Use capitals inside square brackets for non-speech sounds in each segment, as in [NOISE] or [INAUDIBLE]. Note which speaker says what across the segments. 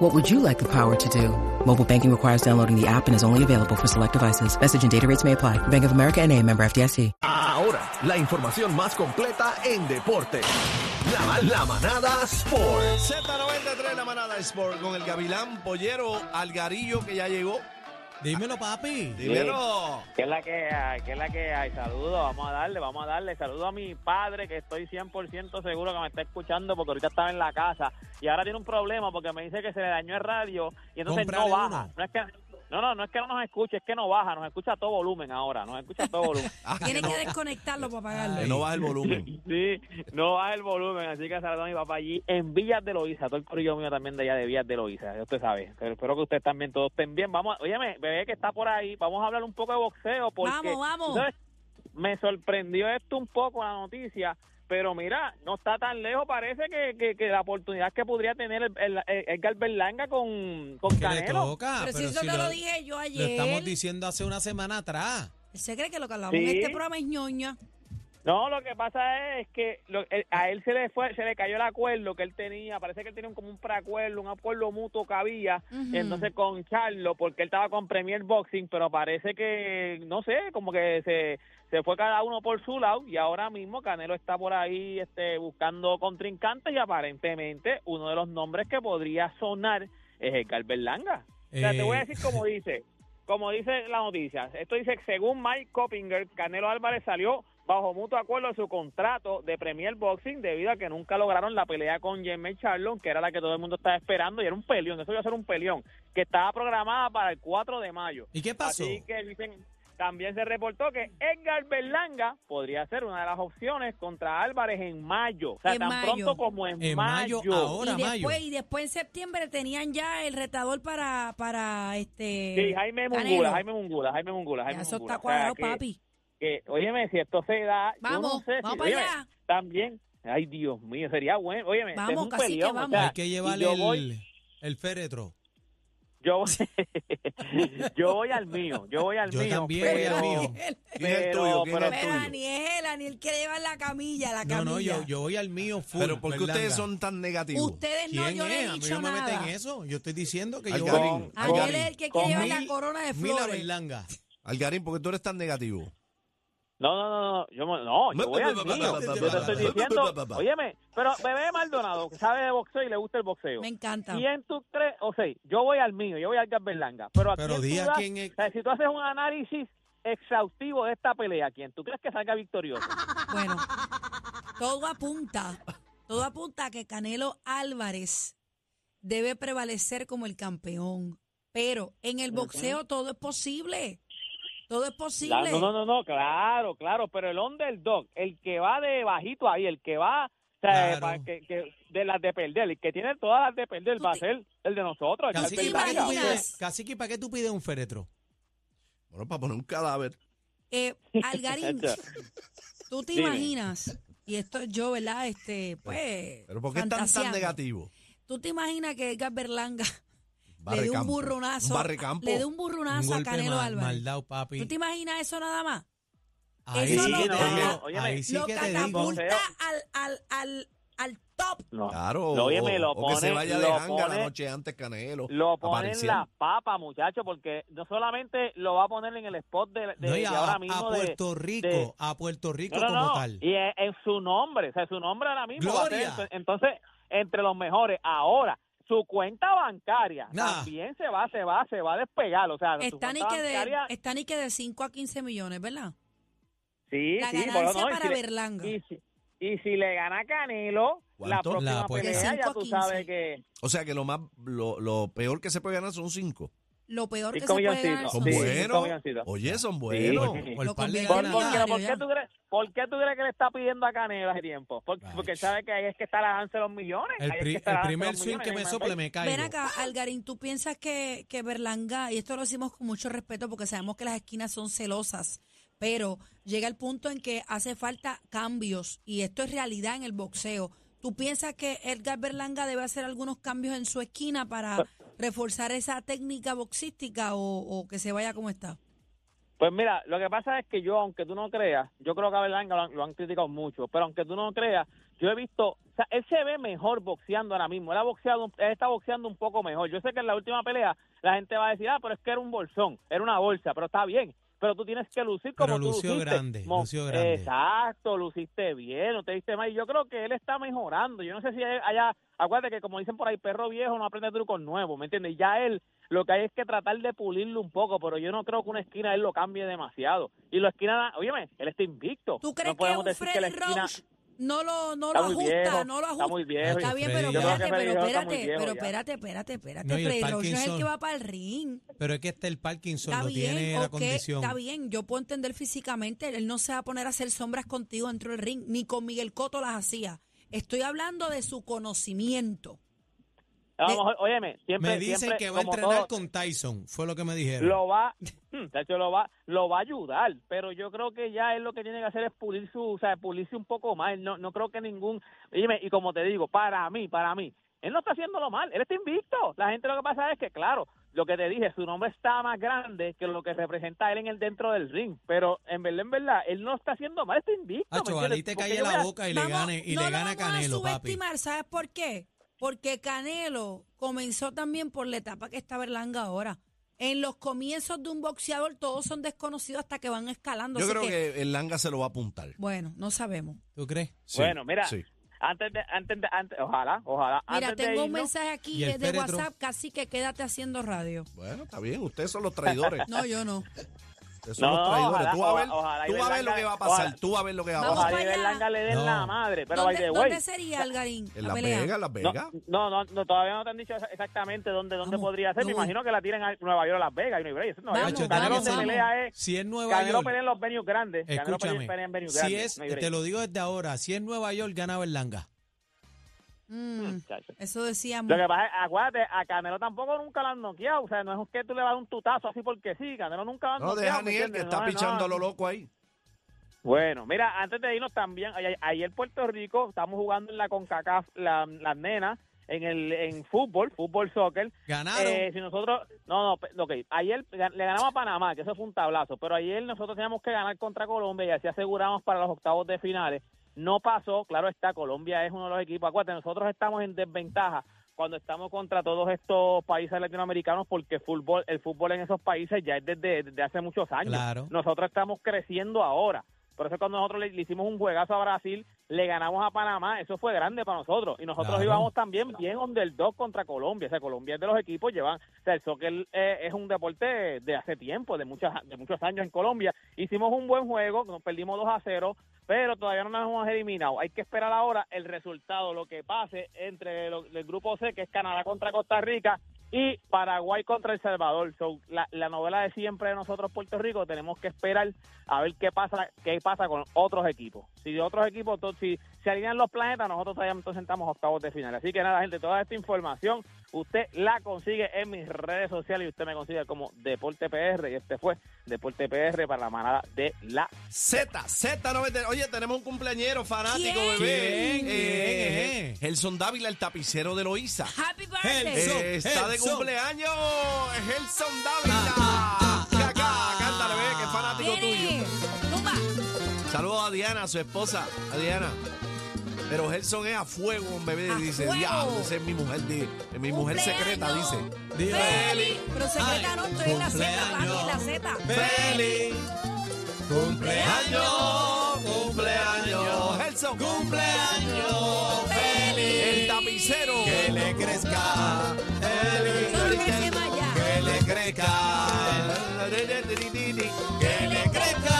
Speaker 1: What would you like the power to do? Mobile banking requires downloading the app and is only available for select devices. Message and data rates may apply. Bank of America and a member FDIC.
Speaker 2: Ahora, la información más completa en deporte. La, la manada Sports.
Speaker 3: Z93, la manada Sport, con el gavilán pollero Algarillo que ya llegó.
Speaker 4: Dímelo, papi.
Speaker 3: Dímelo.
Speaker 5: ¿Qué es la que hay? ¿Qué es la que hay? Saludos, vamos a darle, vamos a darle. Saludos a mi padre, que estoy 100% seguro que me está escuchando porque ahorita estaba en la casa y ahora tiene un problema porque me dice que se le dañó el radio y entonces
Speaker 4: Cómprale
Speaker 5: no baja.
Speaker 4: uno.
Speaker 5: No, es que, no, no, no es que no nos escuche, es que no baja, nos escucha a todo volumen ahora, nos escucha a todo volumen.
Speaker 3: Ah,
Speaker 6: Tiene
Speaker 3: que no,
Speaker 6: que desconectarlo para
Speaker 3: que
Speaker 6: pagarlo.
Speaker 3: no baja el volumen.
Speaker 5: Sí, no baja el volumen, así que saludos a mi papá allí en Villas de Loíza, todo el corillo mío también de allá de Villas de Loíza, ya usted sabe. Pero espero que ustedes también todos estén bien. Vamos, a- óyeme, bebé que está por ahí, vamos a hablar un poco de boxeo porque
Speaker 6: Vamos, vamos.
Speaker 5: ¿tú sabes? me sorprendió esto un poco la noticia, pero mira, no está tan lejos, parece que, que, que la oportunidad que podría tener el, el- el- Edgar Berlanga con, con
Speaker 4: Que le
Speaker 5: Canelo.
Speaker 4: toca.
Speaker 6: Pero si eso
Speaker 4: ah, si
Speaker 6: te lo dije yo
Speaker 4: Lo estamos
Speaker 6: ayer.
Speaker 4: diciendo hace una semana atrás.
Speaker 6: Se cree que lo que hablamos en
Speaker 5: Sí.
Speaker 6: este programa es ñoña.
Speaker 5: No, lo que pasa es que lo- el- a él se le fue, se le cayó el acuerdo que él tenía, parece que él tenía un- como un preacuerdo, un acuerdo mutuo que había,
Speaker 6: Ujú.
Speaker 5: entonces con Charlo, porque él estaba con Premier Boxing, pero parece que, no sé, como que se, se fue cada uno por su lado y ahora mismo Canelo está por ahí este, buscando contrincantes y aparentemente uno de los nombres que podría sonar es Edgar Berlanga. O sea, te voy a
Speaker 4: Eh.
Speaker 5: decir como
Speaker 4: [LAUGHS]
Speaker 5: dice, como dice la noticia. Esto dice, que según Mike Coppinger, Canelo Álvarez salió bajo mutuo acuerdo de su contrato de Premier Boxing debido a que nunca lograron la pelea con Jermaine Charlon, que era la que todo el mundo estaba esperando y era un peleón, eso iba a ser un peleón, que estaba programada para el 4 de mayo.
Speaker 4: ¿Y qué pasó?
Speaker 5: Así que dicen, también se reportó que Edgar Berlanga podría ser una de las opciones contra Álvarez en mayo. O sea,
Speaker 6: En
Speaker 5: tan
Speaker 6: mayo.
Speaker 5: pronto como en,
Speaker 4: En mayo, ahora,
Speaker 6: y,
Speaker 4: Mayo.
Speaker 6: después, y después en septiembre tenían ya el retador para, para este.
Speaker 5: Sí, Jaime Mungula,
Speaker 6: Canelo.
Speaker 5: Jaime Mungula, Jaime Mungula,
Speaker 6: Ya
Speaker 5: Jaime
Speaker 6: eso
Speaker 5: Mungula.
Speaker 6: está
Speaker 5: O sea,
Speaker 6: cuadrado,
Speaker 5: que-
Speaker 4: [LAUGHS]
Speaker 6: papi.
Speaker 5: que, óyeme, si esto se da, yo
Speaker 6: Vamos,
Speaker 5: no sé si-
Speaker 6: vamos para
Speaker 5: óyeme,
Speaker 6: allá.
Speaker 5: También, ay Dios mío, sería bueno, óyeme, este
Speaker 6: Vamos,
Speaker 5: es un
Speaker 6: cacique,
Speaker 5: peleón, o
Speaker 6: vamos.
Speaker 5: sea,
Speaker 4: Hay que llevarle
Speaker 5: yo
Speaker 4: el,
Speaker 5: voy-
Speaker 4: el féretro.
Speaker 5: yo, voy- [LAUGHS] yo voy al mío, yo voy al
Speaker 4: Yo
Speaker 5: mío.
Speaker 4: también voy
Speaker 5: pero,
Speaker 6: [LAUGHS]
Speaker 4: al mío.
Speaker 3: ¿Quién es el
Speaker 5: Pero-
Speaker 3: tuyo? ¿Quién es
Speaker 5: pero-
Speaker 3: el
Speaker 6: Pero
Speaker 3: tuyo?
Speaker 6: Daniel, Daniel quiere llevar la camilla, la camilla.
Speaker 4: No, no, yo, yo voy al mío full.
Speaker 3: Pero ¿por qué
Speaker 4: Berlanga.
Speaker 3: ustedes son tan negativos?
Speaker 6: Ustedes Pues no,
Speaker 4: ¿Quién
Speaker 6: yo no
Speaker 4: es?
Speaker 6: he
Speaker 4: A mí
Speaker 6: dicho
Speaker 4: no me
Speaker 6: nada.
Speaker 4: meten eso. Yo estoy diciendo que yo
Speaker 3: Algarín,
Speaker 4: voy
Speaker 6: Daniel
Speaker 3: Algarín.
Speaker 6: es el que
Speaker 5: Con
Speaker 6: quiere llevar
Speaker 4: mil-
Speaker 6: la corona de
Speaker 4: mil a
Speaker 6: flores.
Speaker 4: Berlanga.
Speaker 3: Algarín, ¿por qué tú eres tan negativo?
Speaker 5: No, no, no, no, yo, me- no, yo voy al mío. Yo te estoy diciendo, óyeme, pero Bebé Maldonado, que sabe de boxeo y le gusta el boxeo.
Speaker 6: Me encanta.
Speaker 5: ¿Quién tú crees? O sea, yo voy al mío, yo voy al Gasberlanga. Pero, ¿a
Speaker 4: Pero
Speaker 5: quién tú
Speaker 4: di a
Speaker 5: das?
Speaker 4: quién es-
Speaker 5: O sea, si tú haces un análisis exhaustivo de esta pelea, ¿a ¿quién tú crees que salga victorioso?
Speaker 6: Bueno, todo apunta, todo apunta a que Canelo Álvarez debe prevalecer como el campeón. Pero en el boxeo todo es posible. Todo es
Speaker 5: Claro,
Speaker 6: posible.
Speaker 5: no, no, no, no, claro, claro, pero el underdog, el que va de bajito ahí, el que va o sea,
Speaker 4: Claro.
Speaker 5: para que- que de las de perder, el que tiene todas las de perder
Speaker 6: Tú
Speaker 5: va a
Speaker 6: te-
Speaker 5: ser el de nosotros. el
Speaker 4: Casi
Speaker 6: te
Speaker 5: Carpel
Speaker 4: que, ¿para qué tú
Speaker 5: Vargas.
Speaker 6: imaginas?
Speaker 4: pides- Cacique, ¿para qué tú pides un féretro?
Speaker 3: Bueno, para poner un cadáver.
Speaker 6: Eh,
Speaker 5: [LAUGHS]
Speaker 6: Algarín,
Speaker 5: Chacho.
Speaker 6: tú te
Speaker 5: Dime.
Speaker 6: imaginas, y esto yo, ¿verdad? Este, pues.
Speaker 3: ¿Pero por qué están tan
Speaker 6: fantaseando.
Speaker 3: negativos?
Speaker 6: Tú te imaginas que Edgar Berlanga le
Speaker 3: Barre
Speaker 6: dé un
Speaker 3: campo. Un
Speaker 6: burronazo.
Speaker 3: barre campo.
Speaker 6: Le dé un
Speaker 4: Un
Speaker 6: burronazo a
Speaker 4: golpe
Speaker 6: Canelo
Speaker 4: mal,
Speaker 6: Álvarez.
Speaker 4: maldado, papi.
Speaker 6: ¿Tú te imaginas eso nada más?
Speaker 4: Ahí
Speaker 6: Eso
Speaker 4: sí
Speaker 6: lo
Speaker 4: que te
Speaker 6: da-
Speaker 4: digo,
Speaker 5: Óyeme,
Speaker 4: ahí sí
Speaker 6: lo
Speaker 4: que te digo.
Speaker 6: catapulta al, al, al, al top.
Speaker 5: No.
Speaker 3: Claro.
Speaker 5: Lo- óyeme, lo
Speaker 3: o que se
Speaker 5: pone-
Speaker 3: vaya de
Speaker 5: lo
Speaker 3: hanga la
Speaker 5: pone-
Speaker 3: noche antes Canelo.
Speaker 5: Lo ponen
Speaker 3: apareciendo.
Speaker 5: las papas, muchachos, porque no solamente lo va a poner en el spot de, de-
Speaker 4: No, y
Speaker 5: de
Speaker 4: a,
Speaker 5: ahora
Speaker 4: a
Speaker 5: mismo de-
Speaker 4: Puerto Rico,
Speaker 5: de-
Speaker 4: a Puerto Rico
Speaker 5: No, no,
Speaker 4: como
Speaker 5: no,
Speaker 4: tal.
Speaker 5: Y en, en su nombre, o sea, su nombre ahora mismo. va a
Speaker 4: Gloria.
Speaker 5: ser, entonces, entre los mejores. Ahora, su cuenta bancaria
Speaker 4: Nah.
Speaker 5: también se va, se va, se va a despegar. O sea, su
Speaker 6: Está ni,
Speaker 5: cuenta
Speaker 6: que de,
Speaker 5: bancaria-
Speaker 6: está ni que de 5 a 15 millones, ¿verdad?
Speaker 5: Sí,
Speaker 6: la
Speaker 5: sí, por eso
Speaker 6: ganancia
Speaker 5: no, y
Speaker 6: para
Speaker 5: si le-
Speaker 6: Berlanga.
Speaker 5: y si- Y si le gana Canelo, la
Speaker 3: ¿Cuánto?
Speaker 5: próxima
Speaker 4: La apuesta.
Speaker 5: pelea
Speaker 6: De
Speaker 5: ya
Speaker 6: cinco
Speaker 5: tú
Speaker 6: a quince.
Speaker 5: sabes que...
Speaker 3: O sea que lo más lo, lo peor que se puede ganar son cinco.
Speaker 6: Lo peor que se
Speaker 5: Cinco
Speaker 6: puede
Speaker 5: milloncitos.
Speaker 6: ganar
Speaker 3: Son
Speaker 6: son
Speaker 5: Sí,
Speaker 6: cinco.
Speaker 3: buenos.
Speaker 5: cinco milloncitos.
Speaker 3: Oye, son buenos.
Speaker 5: Sí.
Speaker 4: Por
Speaker 6: Lo
Speaker 4: par de
Speaker 6: convierte
Speaker 5: ¿Por,
Speaker 6: en
Speaker 4: ganas.
Speaker 5: por qué,
Speaker 6: millonario
Speaker 5: por qué
Speaker 6: ya.
Speaker 5: tú crees, ¿Por qué tú crees que le está pidiendo a Canelo hace tiempo? Porque,
Speaker 4: Ay.
Speaker 5: porque sabe que ahí es que está la danza de los millones.
Speaker 4: El,
Speaker 5: ahí es que
Speaker 4: pri- el
Speaker 5: está la danza de
Speaker 4: primer
Speaker 5: los
Speaker 4: swing que me
Speaker 5: millones,
Speaker 4: sople me caigo.
Speaker 6: Ven acá, Algarín, ¿tú piensas que, que Berlanga, y esto lo hicimos con mucho respeto porque sabemos que las esquinas son celosas, pero llega el punto en que hace falta cambios y esto es realidad en el boxeo. ¿Tú piensas que Edgar Berlanga debe hacer algunos cambios en su esquina para reforzar esa técnica boxística o, o que se vaya como está?
Speaker 5: Pues mira, lo que pasa es que yo, aunque tú no creas, yo creo que a Berlanga lo han, lo han criticado mucho, pero aunque tú no creas, yo he visto, o sea, él se ve mejor boxeando ahora mismo, él, ha boxeado, un- él está boxeando un poco mejor. Yo sé que en la última pelea la gente va a decir, ah, pero es que era un bolsón, era una bolsa, pero está bien. Pero tú tienes que lucir como
Speaker 4: Pero
Speaker 5: tú
Speaker 4: lució
Speaker 5: luciste.
Speaker 4: grande,
Speaker 5: Mo-
Speaker 4: lució grande.
Speaker 5: Exacto, luciste bien, no te diste mal. Y yo creo que él está mejorando. Yo no sé si haya, acuérdate que como dicen por ahí, perro viejo no aprende trucos nuevos, ¿me entiendes? Y Ya él lo que hay es que tratar de pulirlo un poco, pero yo no creo que una esquina él lo cambie demasiado. Y la esquina, óyeme, él está invicto.
Speaker 6: ¿Tú
Speaker 5: no
Speaker 6: crees que
Speaker 5: podemos
Speaker 6: un
Speaker 5: decir que la
Speaker 6: Freddy
Speaker 5: esquina
Speaker 6: Roach no lo, no lo
Speaker 5: está muy
Speaker 6: ajusta?
Speaker 5: viejo,
Speaker 6: no lo ajusta.
Speaker 5: está muy viejo.
Speaker 4: Ay,
Speaker 6: Está bien, pero
Speaker 4: Freddy Roach.
Speaker 6: espérate,
Speaker 5: Yo creo
Speaker 6: pero
Speaker 5: que Freddy Roach está muy
Speaker 6: espérate,
Speaker 5: viejo
Speaker 6: pero
Speaker 5: ya.
Speaker 6: espérate, espérate, espérate.
Speaker 4: No, y el
Speaker 6: Freddy Roach no es el
Speaker 4: Parkinson.
Speaker 6: que va para el ring.
Speaker 4: Pero es que está el Parkinson,
Speaker 6: Está
Speaker 4: lo
Speaker 6: bien,
Speaker 4: tiene la
Speaker 6: ok,
Speaker 4: condición.
Speaker 6: está bien, yo puedo entender físicamente, él no se va a poner a hacer sombras contigo dentro del ring, ni con Miguel Cotto las hacía. Estoy hablando de su conocimiento.
Speaker 5: A lo mejor, óyeme, siempre,
Speaker 4: me dicen
Speaker 5: siempre,
Speaker 4: que va a
Speaker 5: como
Speaker 4: entrenar
Speaker 5: todo,
Speaker 4: con Tyson, fue lo que me dijeron.
Speaker 5: lo va, hmm, de hecho, lo va, lo va a ayudar, pero yo creo que ya él lo que tiene que hacer es pulir su, o sea, pulirse un poco más. No, no creo que ningún, dime, y como te digo, para mí, para mí, él no está haciéndolo mal, él está invicto. La gente lo que pasa es que, claro, lo que te dije, su nombre está más grande que lo que representa él en el dentro del ring, pero en verdad, en verdad, él no está haciendo mal, está invicto.
Speaker 4: Ah,
Speaker 5: ¿me
Speaker 4: chaval,
Speaker 5: entiendes?
Speaker 4: y te
Speaker 5: Porque
Speaker 4: cae
Speaker 5: yo
Speaker 4: la
Speaker 5: voy a-
Speaker 4: boca y le
Speaker 6: Vamos-
Speaker 4: gane, y
Speaker 6: no
Speaker 4: le
Speaker 6: lo vamos
Speaker 4: gana
Speaker 6: a
Speaker 4: Canelo, papi.
Speaker 6: subestimar, ¿sabes por qué? Porque Canelo comenzó también por la etapa que está Berlanga ahora. En los comienzos de un boxeador todos son desconocidos hasta que van escalando.
Speaker 3: Yo
Speaker 6: así
Speaker 3: creo
Speaker 6: que-
Speaker 3: que el Langa se lo va a apuntar.
Speaker 6: Bueno, no sabemos.
Speaker 4: ¿Tú crees?
Speaker 3: Sí,
Speaker 5: Bueno, mira,
Speaker 3: sí.
Speaker 5: antes de, antes de, antes, ojalá, ojalá.
Speaker 6: Mira,
Speaker 5: antes de
Speaker 6: tengo un
Speaker 5: irnos-
Speaker 6: mensaje aquí
Speaker 4: Y el
Speaker 6: eh, de
Speaker 4: féretro.
Speaker 6: WhatsApp, casi que quédate haciendo radio.
Speaker 3: Bueno, está bien, ustedes son los traidores.
Speaker 6: [LAUGHS] No, yo no.
Speaker 3: Ustedes son
Speaker 5: No,
Speaker 3: los traidores.
Speaker 5: ojalá,
Speaker 3: tú vas a ver,
Speaker 5: ojalá,
Speaker 3: tú vas a ver
Speaker 5: ojalá.
Speaker 3: lo que va a pasar.
Speaker 5: Ojalá.
Speaker 3: Tú vas a ver lo que va a
Speaker 6: Vamos
Speaker 3: pasar.
Speaker 5: Ojalá
Speaker 6: para
Speaker 5: y
Speaker 6: allá.
Speaker 5: Berlanga le den
Speaker 4: No.
Speaker 5: la madre, [LAUGHS] pero by
Speaker 6: ¿Dónde,
Speaker 5: the way.
Speaker 6: dónde sería Algarín
Speaker 3: En
Speaker 6: la
Speaker 3: Las
Speaker 6: pelea?
Speaker 3: Vegas, Las
Speaker 5: No,
Speaker 3: Vegas.
Speaker 5: no, no, no, todavía no te han dicho exa- exactamente dónde, dónde
Speaker 6: Vamos,
Speaker 5: podría ser.
Speaker 6: no
Speaker 5: Me
Speaker 6: voy.
Speaker 5: imagino que la tiran a Nueva York o Las Vegas. y no hay break, eso no hay
Speaker 6: Vamos,
Speaker 5: break.
Speaker 4: vamos,
Speaker 5: Canelo se
Speaker 4: vamos.
Speaker 5: pelea
Speaker 6: eh.
Speaker 5: es.
Speaker 4: Si es Nueva
Speaker 5: Canelo
Speaker 4: York,
Speaker 5: pelea en los venues grandes. Canelo pelea-
Speaker 4: escúchame,
Speaker 5: pelea en venues
Speaker 4: si
Speaker 5: grandes,
Speaker 4: es,
Speaker 5: no hay break.
Speaker 4: te lo digo desde ahora, si es Nueva York, gana Berlanga.
Speaker 6: Mm,
Speaker 5: Chacho.
Speaker 6: eso decíamos.
Speaker 5: Lo que pasa es, acuérdate, a Canelo tampoco nunca lo han noqueado. O sea, no es que tú le vas a dar un tutazo así porque sí. Canelo nunca lo han
Speaker 3: No,
Speaker 5: noqueado.
Speaker 3: deja
Speaker 5: ¿me
Speaker 3: ni él que
Speaker 5: entiendes?
Speaker 3: está
Speaker 5: No, no,
Speaker 3: pichando a lo loco ahí.
Speaker 5: Bueno, mira, antes de irnos también, ayer- ayer Puerto Rico, estamos jugando en la CONCACAF, la- las nenas, en el en fútbol, fútbol soccer.
Speaker 4: Ganaron.
Speaker 5: Eh, si nosotros, no, no, ok, ayer gan- le ganamos a Panamá, que eso fue un tablazo, pero ayer nosotros teníamos que ganar contra Colombia y así aseguramos para los octavos de finales. No pasó, claro está, Colombia es uno de los equipos, acuérdate, nosotros estamos en desventaja cuando estamos contra todos estos países latinoamericanos porque fútbol, el fútbol en esos países ya es desde, desde hace muchos años.
Speaker 4: Claro.
Speaker 5: Nosotros estamos creciendo ahora. Por eso cuando nosotros le, le hicimos un juegazo a Brasil, le ganamos a Panamá, eso fue grande para nosotros. Y nosotros
Speaker 4: Claro.
Speaker 5: íbamos también bien underdog contra Colombia. O sea, Colombia es de los equipos, llevan... O sea, el soccer eh, es un deporte de hace tiempo, de, muchas, de muchos años en Colombia. Hicimos un buen juego, nos perdimos 2 a 0, pero todavía no nos hemos eliminado. Hay que esperar ahora el resultado, lo que pase entre lo- el grupo C, que es Canadá contra Costa Rica, y Paraguay contra El Salvador. So, la, la novela de siempre de nosotros, Puerto Rico, tenemos que esperar a ver qué pasa qué pasa con otros equipos. Si de otros equipos, to- si se alinean los planetas, nosotros todavía entonces estamos a octavos de final. Así que nada, gente, toda esta información usted la consigue en mis redes sociales y usted me consigue como Deporte PR. Y este fue Deporte PR para la manada de la
Speaker 3: Z, Z90. Oye, tenemos un cumpleañero fanático,
Speaker 6: ¿Quién?
Speaker 3: bebé.
Speaker 4: ¿Quién?
Speaker 3: Eh,
Speaker 4: ¿Quién?
Speaker 3: Gelson Dávila, el tapicero de Loíza.
Speaker 6: Happy birthday.
Speaker 4: Helson.
Speaker 3: Eh, está de
Speaker 4: Gelson.
Speaker 3: cumpleaños. Gelson Dávila. Cacá, cántale, bebé, que es fanático
Speaker 6: Viene.
Speaker 3: tuyo.
Speaker 6: Tumba.
Speaker 3: Saludos a Diana, su esposa, a Diana. Pero Gelson es a fuego, un bebé.
Speaker 6: A
Speaker 3: dice,
Speaker 6: fuego.
Speaker 3: diablo, esa es mi mujer, di- es mi mujer secreta,
Speaker 6: Cumpleaños.
Speaker 3: dice.
Speaker 4: Dile.
Speaker 6: Feliz. Pero secreta
Speaker 4: Ay,
Speaker 6: no, estoy en la Z, papi, en la
Speaker 4: cumpleaños.
Speaker 6: Z.
Speaker 4: ¡Feliz
Speaker 3: Cumpleaños, cumpleaños, Gelson.
Speaker 4: ¡Cumpleaños feliz!
Speaker 3: El tapicero.
Speaker 4: Que le crezca el
Speaker 6: No regrese más allá.
Speaker 4: Que le crezca Que le crezca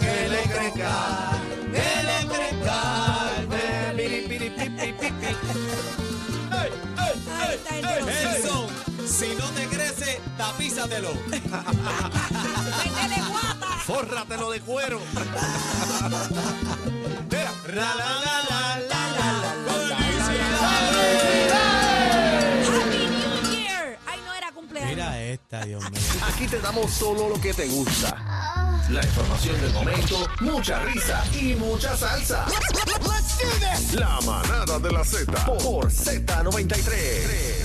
Speaker 4: Que le crezca Que le crezca
Speaker 6: Ay, está el de los Celso.
Speaker 4: Nelson, si no te crece, tapízatelo
Speaker 6: Métele guata.
Speaker 3: Fórratelo de
Speaker 4: [LAUGHS]
Speaker 3: cuero. Mira.
Speaker 4: La, la, la, la, la, la, la.
Speaker 6: Happy New Year. Ay, no era cumpleaños.
Speaker 4: Mira esta, Dios mío
Speaker 2: Aquí te damos solo lo que te gusta. La información del momento, mucha risa y mucha salsa. La manada de la Z por Z93.